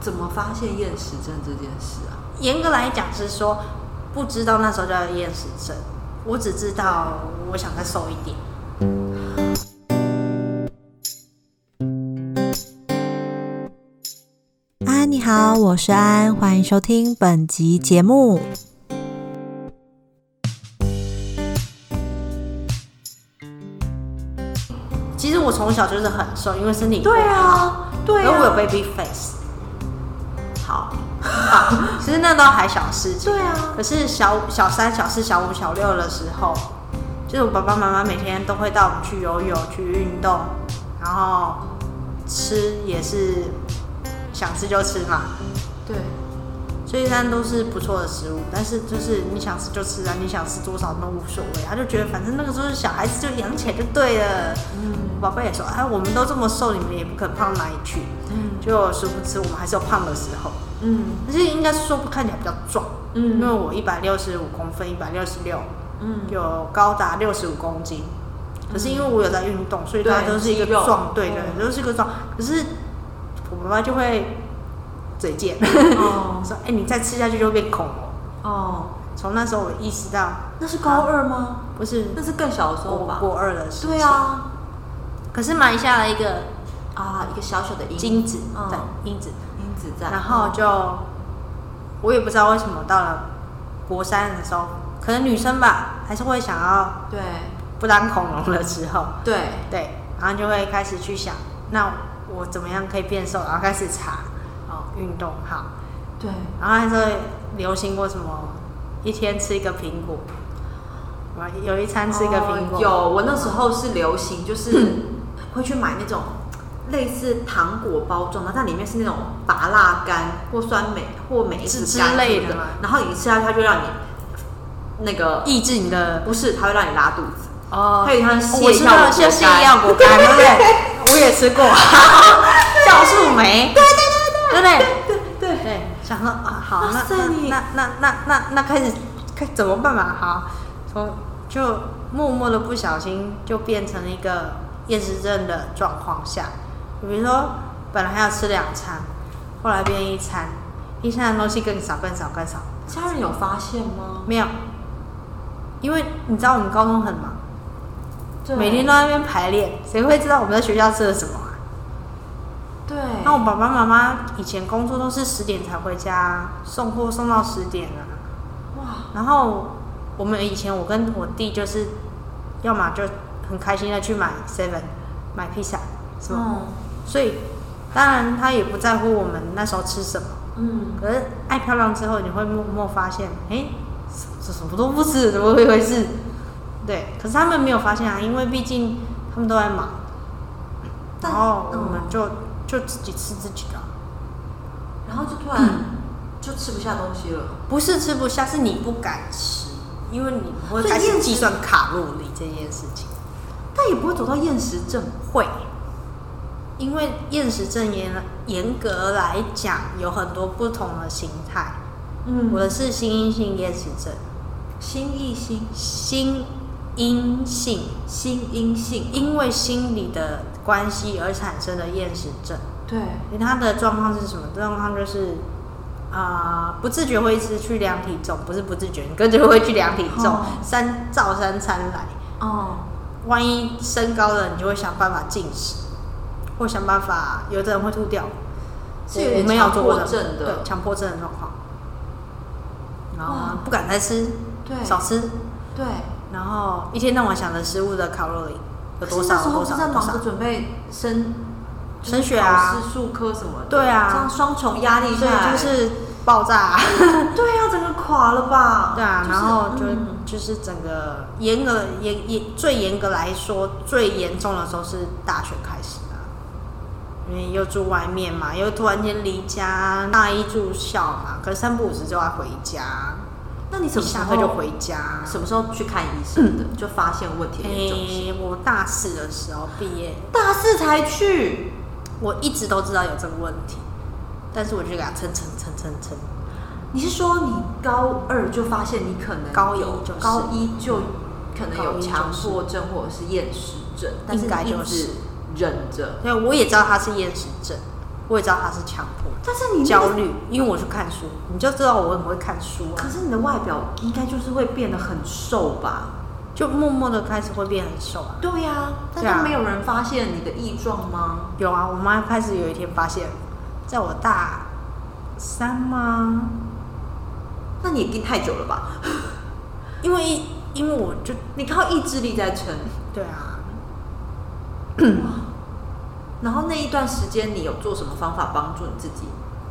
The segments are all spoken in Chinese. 怎么发现厌食症这件事啊？严格来讲是说，不知道那时候叫厌食症，我只知道我想再瘦一点。安，你好，我是安，欢迎收听本集节目。其实我从小就是很瘦，因为身体不对好，啊，对然后我有啊， baby face，好，好，其实那都还小事情。对啊，可是小小三、小四、小五、小六的时候，就是我爸爸妈妈每天都会带我们去游泳、去运动，然后吃也是想吃就吃嘛，对，虽然都是不错的食物，但是就是你想吃就吃啊，你想吃多少都无所谓。他就觉得反正那个时候小孩子就养起来就对了。嗯宝贝也说，哎，我们都这么瘦，你们也不可能胖到哪里去。嗯就殊不知我们还是有胖的时候，嗯但是应该是说看起来比较壮，因为嗯我一百六十五公分，一百六十六，嗯，有高达六十五公斤。可是因为我有在运动，所以对它都是一个肌肉壮，对嗯对，都是一个壮。可是我妈妈就会嘴 贱，哦说：“哎、你再吃下去就会变恐龙。”哦，从那时候我意识到，那是高二吗？不是那是更小的时候国吧？国二的事情。对，啊，可是埋下了一个啊，一个小小的因精子，嗯对因子，因子在，然后就我也不知道为什么到了国三的时候，可能女生吧，还是会想要对不当恐龙的时候，对，对，然后就会开始去想，那我怎么样可以变瘦？然后开始查哦，运动好，对，然后那时候流行过什么，一天吃一个苹果，啊，有一餐吃一个苹果，哦有，我那时候是流行， 就是会去买那种类似糖果包装的，但里面是那种拔辣干或酸梅或梅是子之干类什么的的吗然后你吃下去，它就会让你那个抑制你的不是，它会让你拉肚子。哦还有它我泻知道药像果泻药干，果干，对不对？我也吃 过，酵素梅，对对对对，对不对？对对，想说啊，好，哇那塞你那那那那那那开始开怎么办嘛？好，从就默默的不小心就变成了一个厌食症的状况下，比如说本来要吃两餐，后来变一餐，一餐的东西更少更少更少，家人有发现吗？没有，因为你知道我们高中很忙。对每天都在那边排练，谁会知道我们在学校吃了什么、啊？对，那我爸爸妈妈以前工作都是十点才回家，送货送到十点啊。哇，然后我们以前我跟我弟就是，要么就很开心的去买 seven 买披萨什么，嗯所以当然他也不在乎我们那时候吃什么。嗯，可是爱漂亮之后，你会默默发现，哎、什什什么都不吃，怎么一回事？对，可是他们没有发现啊，因为毕竟他们都在忙，但然后我们嗯就、就自己吃自己的啊，然后就突 然就吃不下东西了。不是吃不下，是你不敢吃，因为你会所以开始厌计食算卡路里这件事情。但也不会走到厌食症，会，因为厌食症严严格来讲有很多不同的形态，嗯我的是心因性厌食症，心意心心因性。心阴性，因为心理的关系而产生的厌食症。对，他的状况是什么？状况就是，啊、不自觉会一直去量体重，不是不自觉，你跟着会去量体重哦，三照三餐来。哦，万一升高了，你就会想办法进食，或想办法，有的人会吐掉。是有我点没有做过强迫症的对强迫症的状况，然哇后不敢再吃，对少吃，对，然后一天到晚想着食物的卡路里有多可是那少时有候多不是少在有多忙少着。准备升升学啊考试数科什么的，对啊这样双重压力所下以来，就是爆炸、对啊，整个垮了吧？ 对啊，就是然后就、嗯就是整个严格严严最严格来说，最严重的时候是大学开始啊，因为又住外面嘛，又突然间离家，大一住校嘛，可是三不五时就要回家，那你什么一时下候课就回家。什么时候去看医生的？就发现问题的严重性，诶、哎我大四的时候毕业，大四才去，我一直都知道有这个问题，但是我就给它撑撑撑撑撑，你是说你高二就发现你可能高一有就是嗯高一就可能高有一就是强迫症或者是厌食症，但是应该你一就是直忍着，对，我也知道它是厌食症，我也知道他是强迫但是你那焦个，虑，因为我去看书，你就知道我很会看书啊可，是你的外表应该就是会变得很瘦吧？就默默的开始会变很瘦啊。对呀、但对啊是没有人发现你的异状吗？有啊，我妈开始有一天发现，在我大三吗？那你也盯太久了吧？因为一因为我就你靠意志力在撑，对啊，然后那一段时间你有做什么方法帮助你自己？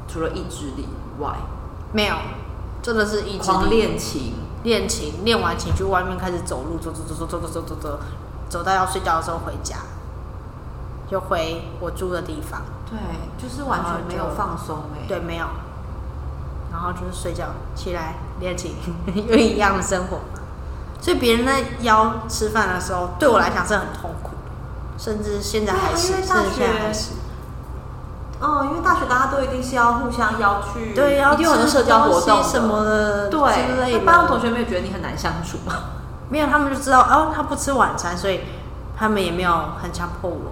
除了意志力以外，没有，真的是意志狂力练琴，练琴，练完琴去外面开始走路，走走走走走走走走走，走到要睡觉的时候回家，就回我住的地方。对，就是完然后全没有就放松哎、对，没有。然后就是睡觉，起来练琴， 又一样的生活。所以别人在邀吃饭的时候，对我来讲是很痛苦的，甚至现在还是，对啊因甚为大至现在学嗯还是。哦，因为大学大家都一定是要互相邀去，对，要一定有很多社交活吃东动西什么的。的，之类对，的。那班上同学没有觉得你很难相处吗？没有，他们就知道哦，他不吃晚餐，所以他们也没有很强迫我，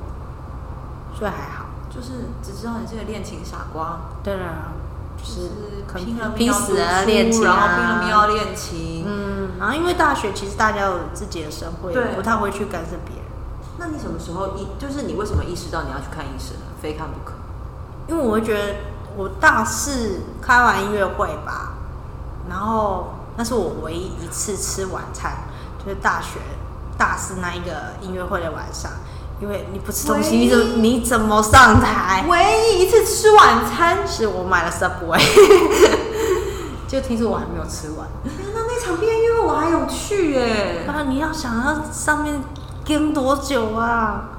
所以还好。就是只知道你是个恋情傻瓜，对啊，就就是可能拼了命拼要死了读练书琴、啊，然后拼了命要练琴。啊嗯，然后因为大学其实大家有自己的生活，也对不太会去干涉别人。那你什么时候意？就是你为什么意识到你要去看医生呢？非看不可。因为我会觉得我大四开完音乐会吧，然后那是我唯一一次吃晚餐，就是大学大四那一个音乐会的晚上，因为你不吃东西，唯一你怎么你怎么上台？唯一一次吃晚餐，是我买了 Subway，就听说我还没有吃完。天哪！那场毕业音乐会我还有去耶，啊，你要想要上面跟多久啊？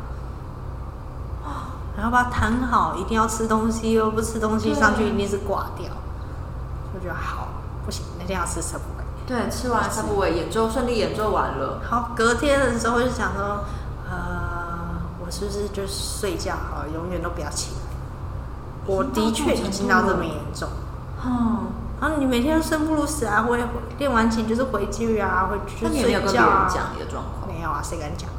然后把它谈好，一定要吃东西哦，不吃东西上去一定是挂掉。我觉得好，不行，那天要吃 Subway。对，吃完 Subway 演奏顺利演奏完了，好，隔天的时候就想说，呃，我是不是就睡觉好了，永远都不要起来？我的确已经到这么严重。嗯，然后你每天都生不如死啊，会练完琴就是回去啊，会去那你有没有睡跟别觉人啊。讲你的状况？没有啊，谁敢讲？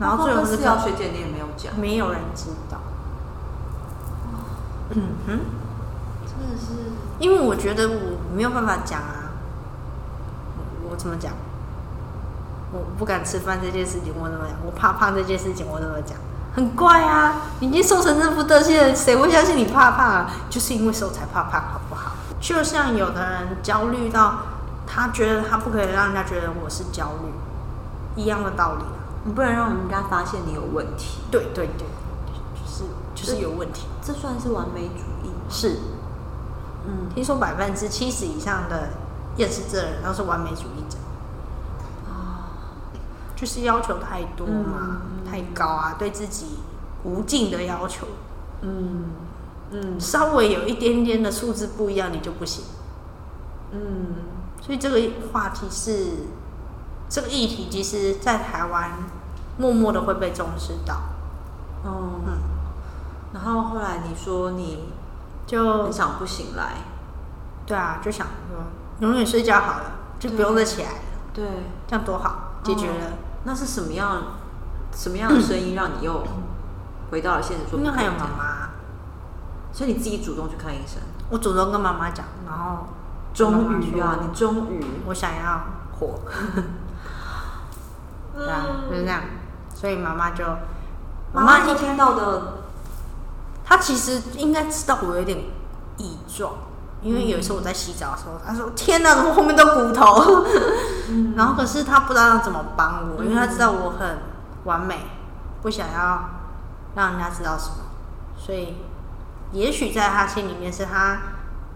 然然后后最最后后是是跟瑶学姐，你也没有讲，没有人知道。嗯哼，真的是因为我觉得我没有办法讲啊，我我怎么讲？我不敢吃饭这件事情，我怎么讲？我怕胖这件事情，我怎么讲？很怪啊！你已经瘦成这副德行了，谁会相信你怕胖啊？就是因为瘦才怕胖，好不好？就像有的人焦虑到，他觉得他不可以让人家觉得我是焦虑，一样的道理啊。你不能让人家发现你有问题，对对对，就是就是有问题。这算是完美主义吗？是，嗯，听说百分之七十以上的厌世症人都是完美主义者，哦啊，就是要求太多嘛，嗯太高啊，对自己无尽的要求，嗯嗯稍微有一点点的数字不一样你就不行。嗯，所以这个话题是这个议题，其实在台湾默默的会被重视到。哦，嗯，然后后来你说你就很想不醒来，对啊，就想说永远睡觉好了，就不用再起来了，对，这样多好，解决了。哦那是什么样什么样的声音让你又回到了现实？说应不该还有可以这妈样，妈，所以你自己主动去看医生，我主动跟妈妈讲，然后终于妈妈啊，说你终于，我想要火，对啊，就是这样。所以妈妈就，嗯妈妈一天到的，她其实应该知道我有点异状，因为有一次我在洗澡的时候，嗯她说：“天哪，怎么后面都骨头？” 然后可是她不知道要怎么帮嗯我，因为她知道我很完美，不想要让人家知道什么，所以也许在她心里面是她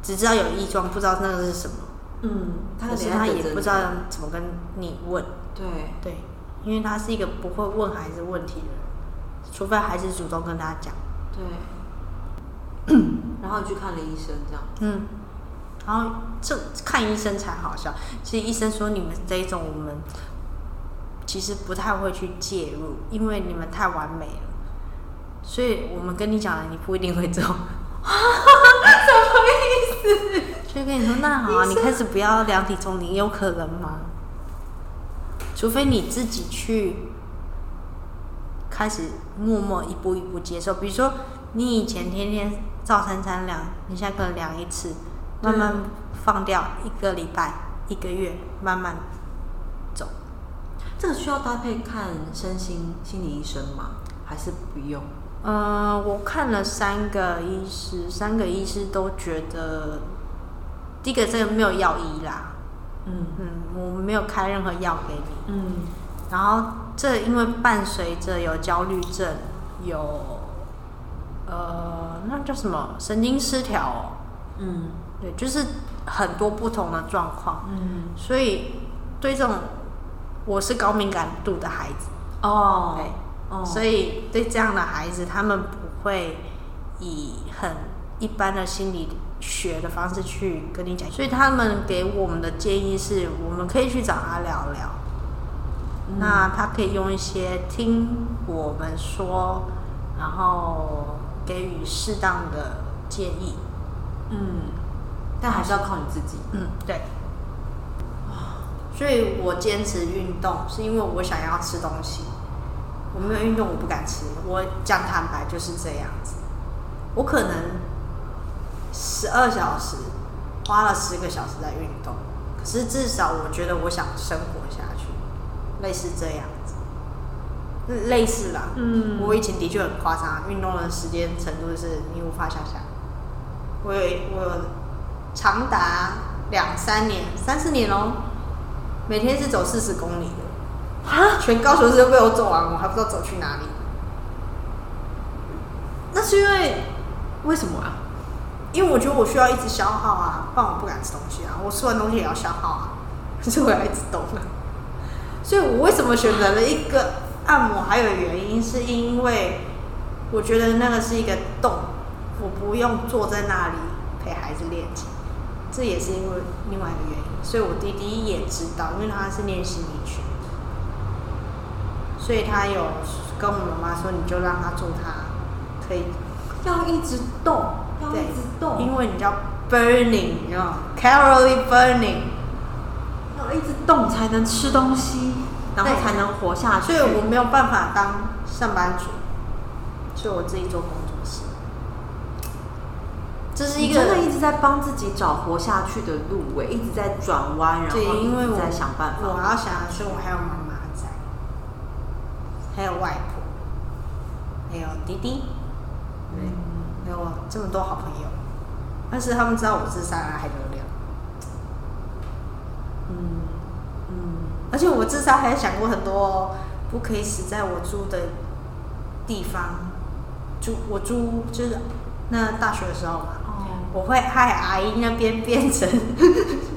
只知道有异状，不知道那个是什么。嗯，他可可能是在他也等着不知你道怎么跟你问，对。对，因为他是一个不会问孩子问题的人，除非孩子主动跟他讲，对， 然后你去看了医生，这样，嗯，然后这看医生才好笑。其实医生说你们这一种我们其实不太会去介入，因为你们太完美了，所以我们跟你讲了，你不一定会做。就跟你说，那好啊，你开始不要量体重，你有可能吗？除非你自己去开始默默一步一步接受。比如说，你以前天天照三餐量，你现在可能量一次，慢慢放掉，一个礼拜、一个月，慢慢走。这个需要搭配看身心心理医生吗？还是不用？呃，我看了三个医师，三个医师都觉得，第一个这个没有药医啦，嗯嗯，我没有开任何药给你，嗯然后这因为伴随着有焦虑症，有呃那叫什么神经失调、哦，嗯对，就是很多不同的状况，嗯所以对这种我是高敏感度的孩子，哦对，哦，哎所以以对这样的孩子，他们不会以很一般的心理学的方式去跟你讲，所以他们给我们的建议是，我们可以去找他聊聊。那他可以用一些听我们说，然后给予适当的建议。嗯，但还是要靠你自己。嗯，对。所以我坚持运动，是因为我想要吃东西。我没有运动，我不敢吃。我讲坦白就是这样子。我可能十二小时花了十个小时在运动，可是至少我觉得我想生活下去，类似这样子，嗯类似啦。嗯我以前的确很夸张，运动的时间程度是你无法想象。我有我有长达两三年、三四年哦，每天是走四十公里的。哈，全高雄市都被我走完，我还不知道走去哪里。那是因为为什么啊？因为我觉得我需要一直消耗啊，不然我不敢吃东西啊，我吃完东西也要消耗啊， 所以我要一直动啊。所以我为什么选择了一个按摩，还有原因是因为我觉得那个是一个动，我不用坐在那里陪孩子练琴，这也是因为另外一个原因。所以我弟弟也知道，因为他是练心理学，所以他有跟我妈妈说，你就让他做他可以要一直动，要对一直动，英文叫 burning，你知道吗？Calorie burning。要一直动才能吃东西，然后对才能活下去。所以我没有办法当上班族，所以我自己做工作室。这是一你个真的一直在帮自己找活下去的路哎，一直在转弯，然后对，因为一直我在想办我啊法。要想的是我还有妈妈在，还有外婆，还有弟弟，对，还有我这么多好朋友，但是他们知道我是三二还流量。嗯嗯而且我至少还想过很多、哦，不可以死在我住的地方。住我住就是那大学的时候嘛，哦，我会害阿姨那边变成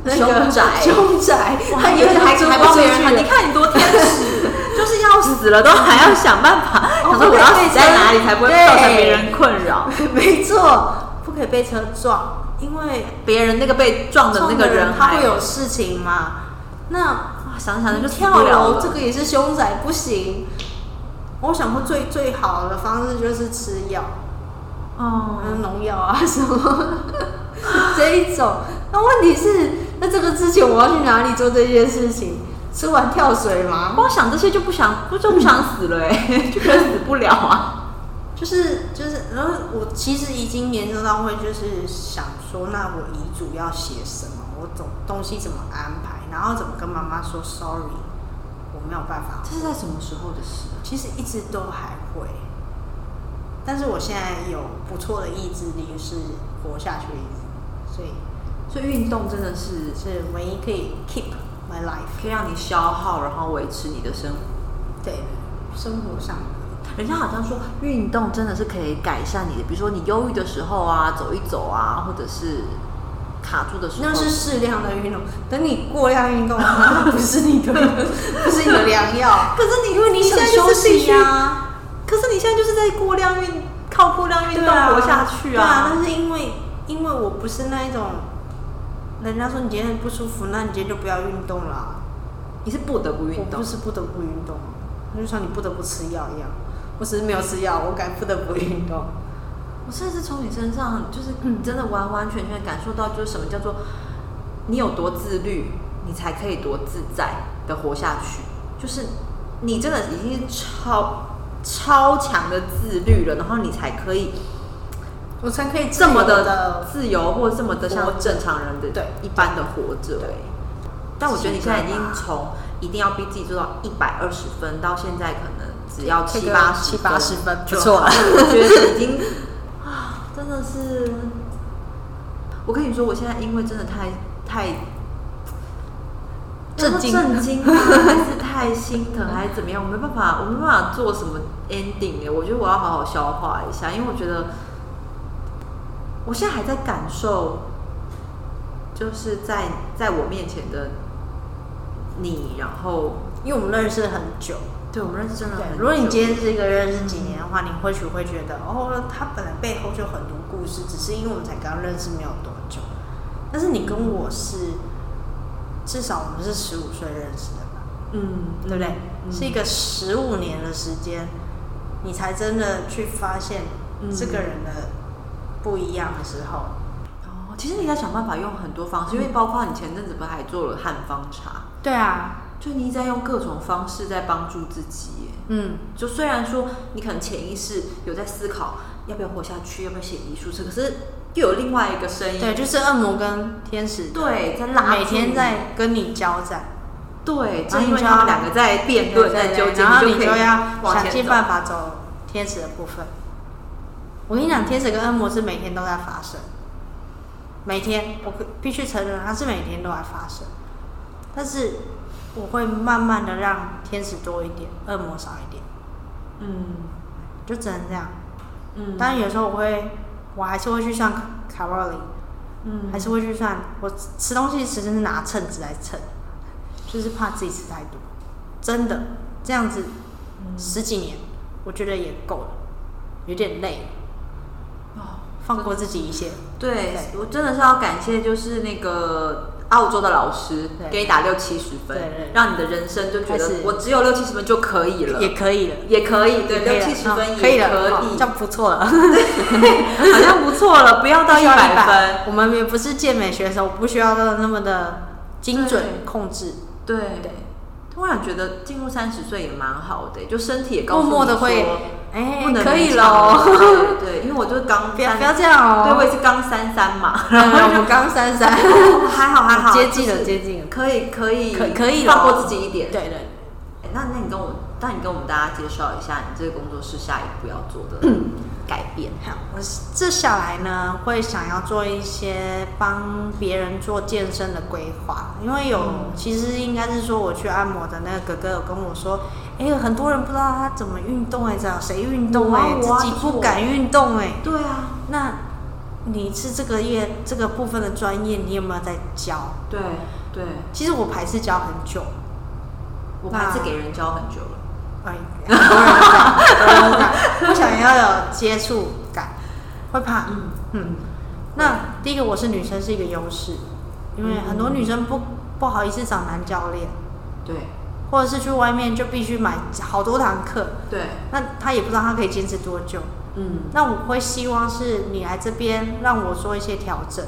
那个凶宅 凶宅，哇她你永远还租还不帮出别人看，去你了。看你多天 使，就是要死了都还要想办法，哦想说我要死在哪里才不会对造成别人困扰。 没错，不可以被车撞，因为别人那个被撞的那撞个的人他还会有事情嘛。那啊想想就你死跳不了楼了这个也是凶宅，不行。我想过最最好的方式就是吃药，哦嗯，农药啊什 么这一种。那问题是，那这个之前我要去哪里做这件事情？吃完跳水吗？光想这些就不想，不就不想死了哎、 就觉得死不了啊。就是就是，然后我其实已经严重到会就是想说，那我遗嘱要写什么？我总东西怎么安排？然后怎么跟妈妈说 sorry？我没有办法这是在什么时候的事？其实一直都还会，但是我现在有不错的意志力，是活下去的意志，所以所以运动真的是是唯一可以 keep my life 可以让你消耗，然后维持你的生活。对生活上的人家好像说运动真的是可以改善你的，比如说你忧郁的时候啊，走一走啊，或者是卡住的时候，那是适量的运动。等你过量运动的话，那不是你的，不是你的良药。可是你因为你现想在就休是必息须，呀，可是你现在就是在过量运，靠过量运对动啊，活下去对啊，啊但是因为因为我不是那一种，人家说你今天不舒服，那你今天就不要运动了啊。你是不得不运我动不，是不得不运动，就像你不得不吃药一样。我只是没有吃药，我敢不得不运动。我甚至从你身上，就是你真的完完全全感受到，就是什么叫做你有多自律，你才可以多自在的活下去。就是你真的已经是超超强的自律了，然后你才可以我才可以这么自由的自由，或者这么的像正常人的对一般的活着。对但我觉得你现在已经是从一定要逼自己做到一百二十分，到现在可能只要这七个八十七八十分就不错好 了我觉得已经啊，真的是，我跟你说，我现在因为真的太太震惊震惊吗，还是太心疼，还是怎么样？我没办法，我没办法做什么 ending 哎、我觉得我要好好消化一下，因为我觉得我现在还在感受，就是在在我面前的你，然后因为我们认识很久，对我们认识真的很对，久。如果你今天是一个认识几年的话，你或许会觉得，哦，他本来背后就很多故事，只是因为我们才刚认识没有多久。但是你跟我是，至少我们是十五岁认识的吧，嗯，对不对？嗯是一个十五年的时间，你才真的去发现嗯这个人的不一样的时候。哦，其实你在想办法用很多方嗯式，因为包括你前阵子不是还做了汉方茶，对啊，就你一直在用各种方式在帮助自己耶。嗯，就虽然说你可能潜意识有在思考要不要活下去，要不要写遗书，这可是又有另外一个声音，对，就是恶魔跟天使，对，在拉住每天你在跟你交战。对，然后正你因为就他要们两个在辩论在纠结，然后就你可以就要往想前尽走办法走天使的部分。我跟你讲，天使跟恶魔是每天都在发生，每天我可必须承认，它是每天都在发生。但是我会慢慢的让天使多一点，恶魔少一点，嗯就只能这样。嗯，当然有时候我会，我还是会去上卡路里，嗯还是会去算。我吃东西其实是拿秤子来称，就是怕自己吃太多。真的这样子嗯十几年，我觉得也够了，有点累哦了，放过自己一些。对对我真的是要感谢，就是那个澳洲的老师对给你打六七十分对对对，让你的人生就觉开得始我只有六七十分就可以了，也可以了，也可以，对，也可六以了七十分嗯可以也了，可哦以这，样不错了。好像不错了，不要到不需一要百100分，，我们也不是健美选手，不需要那么的精准对控制，对对。突然觉得进入三十岁也蛮好的、欸就身体也告默诉你默的会说，哎不，能可以勉了强哦，了。对，对因为我就是刚不要三不要这样哦。对我也是刚三三 嘛，嗯然后我们刚三三，就还好还好，接近就了，是接近了，可以可以可可以了放过自己一点。对，对。那那你跟我，那你跟我们大家介绍一下你这个工作室下一步要做的改变。嗯好，我是这下来呢，会想要做一些帮别人做健身的规划，因为有、其实应该是说我去按摩的那个哥哥有跟我说，哎、有很多人不知道他怎么运动哎、欸，找谁运动我啊哎、我啊自己就是不我敢运动哎、对啊，那你是这个业这个部分的专业，你有没有在教？对对，其实我排斥教很久，我那还是给人教很久了。哎，很多人这样很多人这样我想要有接触感，会怕。嗯嗯，那第一个我是女生是一个优势，因为很多女生不不好意思找男教练，对或者是去外面就必须买好多堂课，对，那她也不知道她可以坚持多久。嗯那我会希望是你来这边让我做一些调整，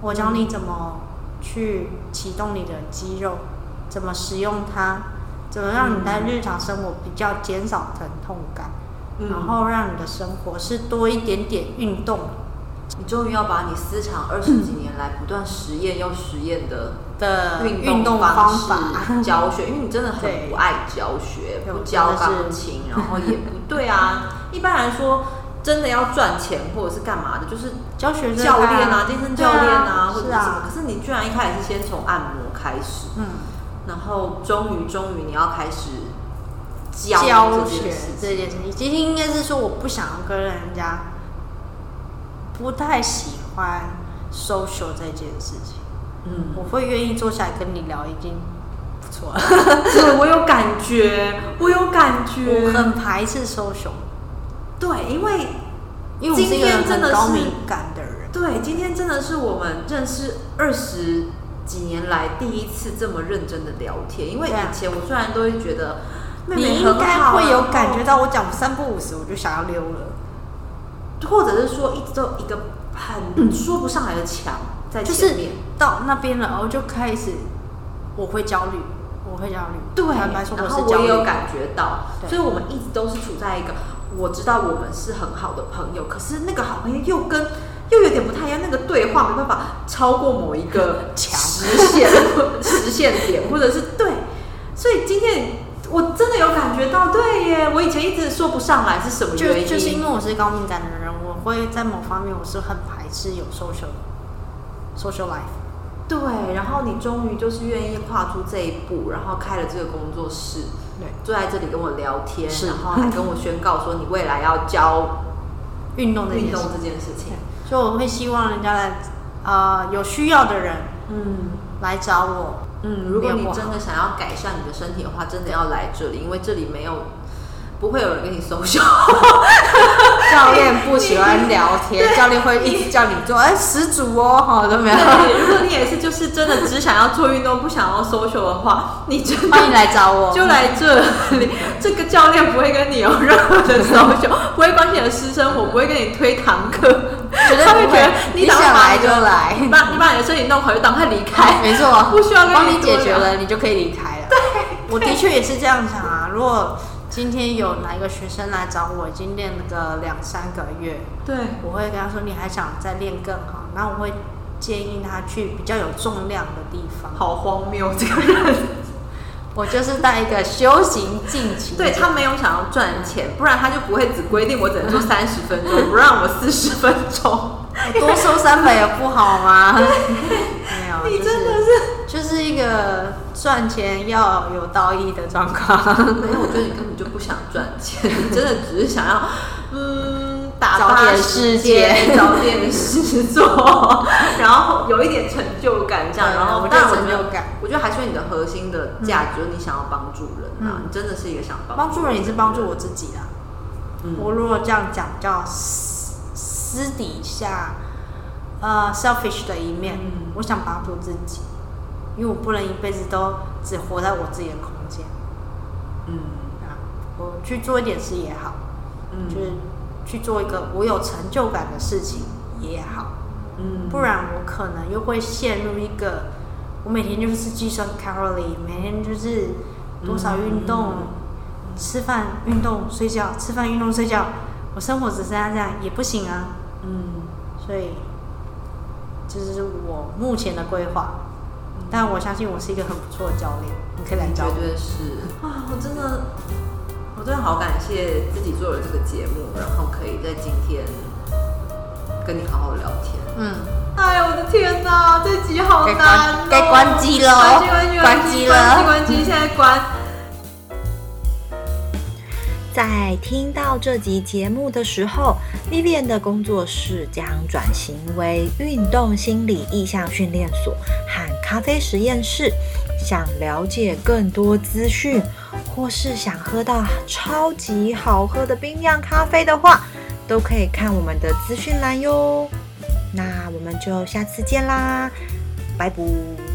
我教你怎么去启动你的肌肉，怎么使用它，怎么让你在日常生活比较减少疼痛感，嗯然后让你的生活是多一点点运动你终于要把你私藏二十几年来不断实验又实验的的运动方式 教学，因为你真的很不爱教学，对不我教真的是钢琴，然后也 不对啊。一般来说，真的要赚钱或者是干嘛的，就是教学生教练啊、健身教练啊，或者是是什么。啊可，是你居然一开始是先从按摩开始，嗯，然后终于终于你要开始教教这件学事情这件事情，其实应该是说我不想要跟人家不太喜欢 social 这件事情，嗯，我会愿意坐下来跟你聊，已经不错了。 对我有感觉，我有感觉，我很排斥 social，对，因为因为我是一今个天真的是很高敏感的人。对，今天真的是我们认识二十几年来第一次这么认真的聊天，因为对啊以前我虽然都会觉得妹妹你很应该好啊会有感，觉然到，我讲三不五时我就想要溜了，后或者是说一直都有一个很说不上来的墙在就前是面，到那边了，然后就开始我会焦虑，我我会焦虑。对，坦白说然后是我焦也虑。有感觉到，对所以我们一直都是处在一个我知道我们是很好的朋友，可是那个好朋友又跟又有点不太一样，那个对话没办法超过某一 个墙时限 时限点，或者是对，所以今天我真的有感觉到，对耶，我以前一直说不上来是什么原就因，就是因为我是高敏感的人，我会在某方面我是很排斥有 social social life。对，然后你终于就是愿意跨出这一步，然后开了这个工作室，对，坐在这里跟我聊天，是然后还跟我宣告说你未来要教运动的运动这件事情。所以我会希望人家来，呃，有需要的人嗯来找我。嗯，如果没有你不好真的想要改善你的身体的话，真的要来这里，因为这里没有不会有人跟你收手。 教练不喜欢聊 天，教练会一直叫你做，哎，十组哦，好都没有，对，如果你也是就是真的只想要做运动，不想要 social 的话，你真 的欢迎来找我。就来这里，这个教练不会跟你有任何的 social，不会关心你的私生活，不会跟你推堂课，嗯绝对他会不觉得会，你打想算把来你就的来，你把你把你的身体弄好，就赶快离开。没错，不需要跟帮你你解多决聊了，你就可以离开了。我的确也是这样想啊。如果今天有哪一个学生来找我，已经练了个两三个月，对，我会跟他说你还想再练更好，那我会建议他去比较有重量的地方。好荒谬这个人。我就是带一个修行进行者，对他没有想要赚钱，不然他就不会只规定我只能做三十分钟，不让我四十分钟。我哎多收三百也不好 吗？没有，你真的是就是一个赚钱要有道义的状况。 没有，我觉得你根本就不想赚钱，你真的只是想要嗯打找发点时世间，界找点事做，然后有一点成就感这样。对然后我，觉得但我觉成得就感，我觉得还是你的核心的价值，就是你想要帮助人啊，嗯你真的是一个想嗯帮帮助人也人是帮助我自己啊啦。嗯我如果这样讲，叫私私底下呃 selfish 的一面，嗯我想帮助自己，因为我不能一辈子都只活在我自己的空间嗯啊。我去做一点事也好，嗯就是去做一个我有成就感的事情也好，嗯不然我可能又会陷入一个，我每天就是计算 calorie，每天就是多少运动，吃饭、运动、睡觉，吃饭、运动、睡觉，我生活只剩下这样也不行啊，嗯所以这就是我目前的规划。但我相信我是一个很不错的教练，你可以来绝找我。对是啊！我真的，我真的好感谢自己做了这个节目，然后可以在今天跟你好好聊天。嗯，哎呦，我的天哪，这集好该难、哦关该关机了哦关机关机机关机关机了关机，现在关。在听到这集节目的时候，Vivian 的工作室将转型为运动心理意向训练所和咖啡实验室。想了解更多资讯，或是想喝到超级好喝的冰酿咖啡的话，都可以看我们的资讯栏哟。那我们就下次见啦，拜拜。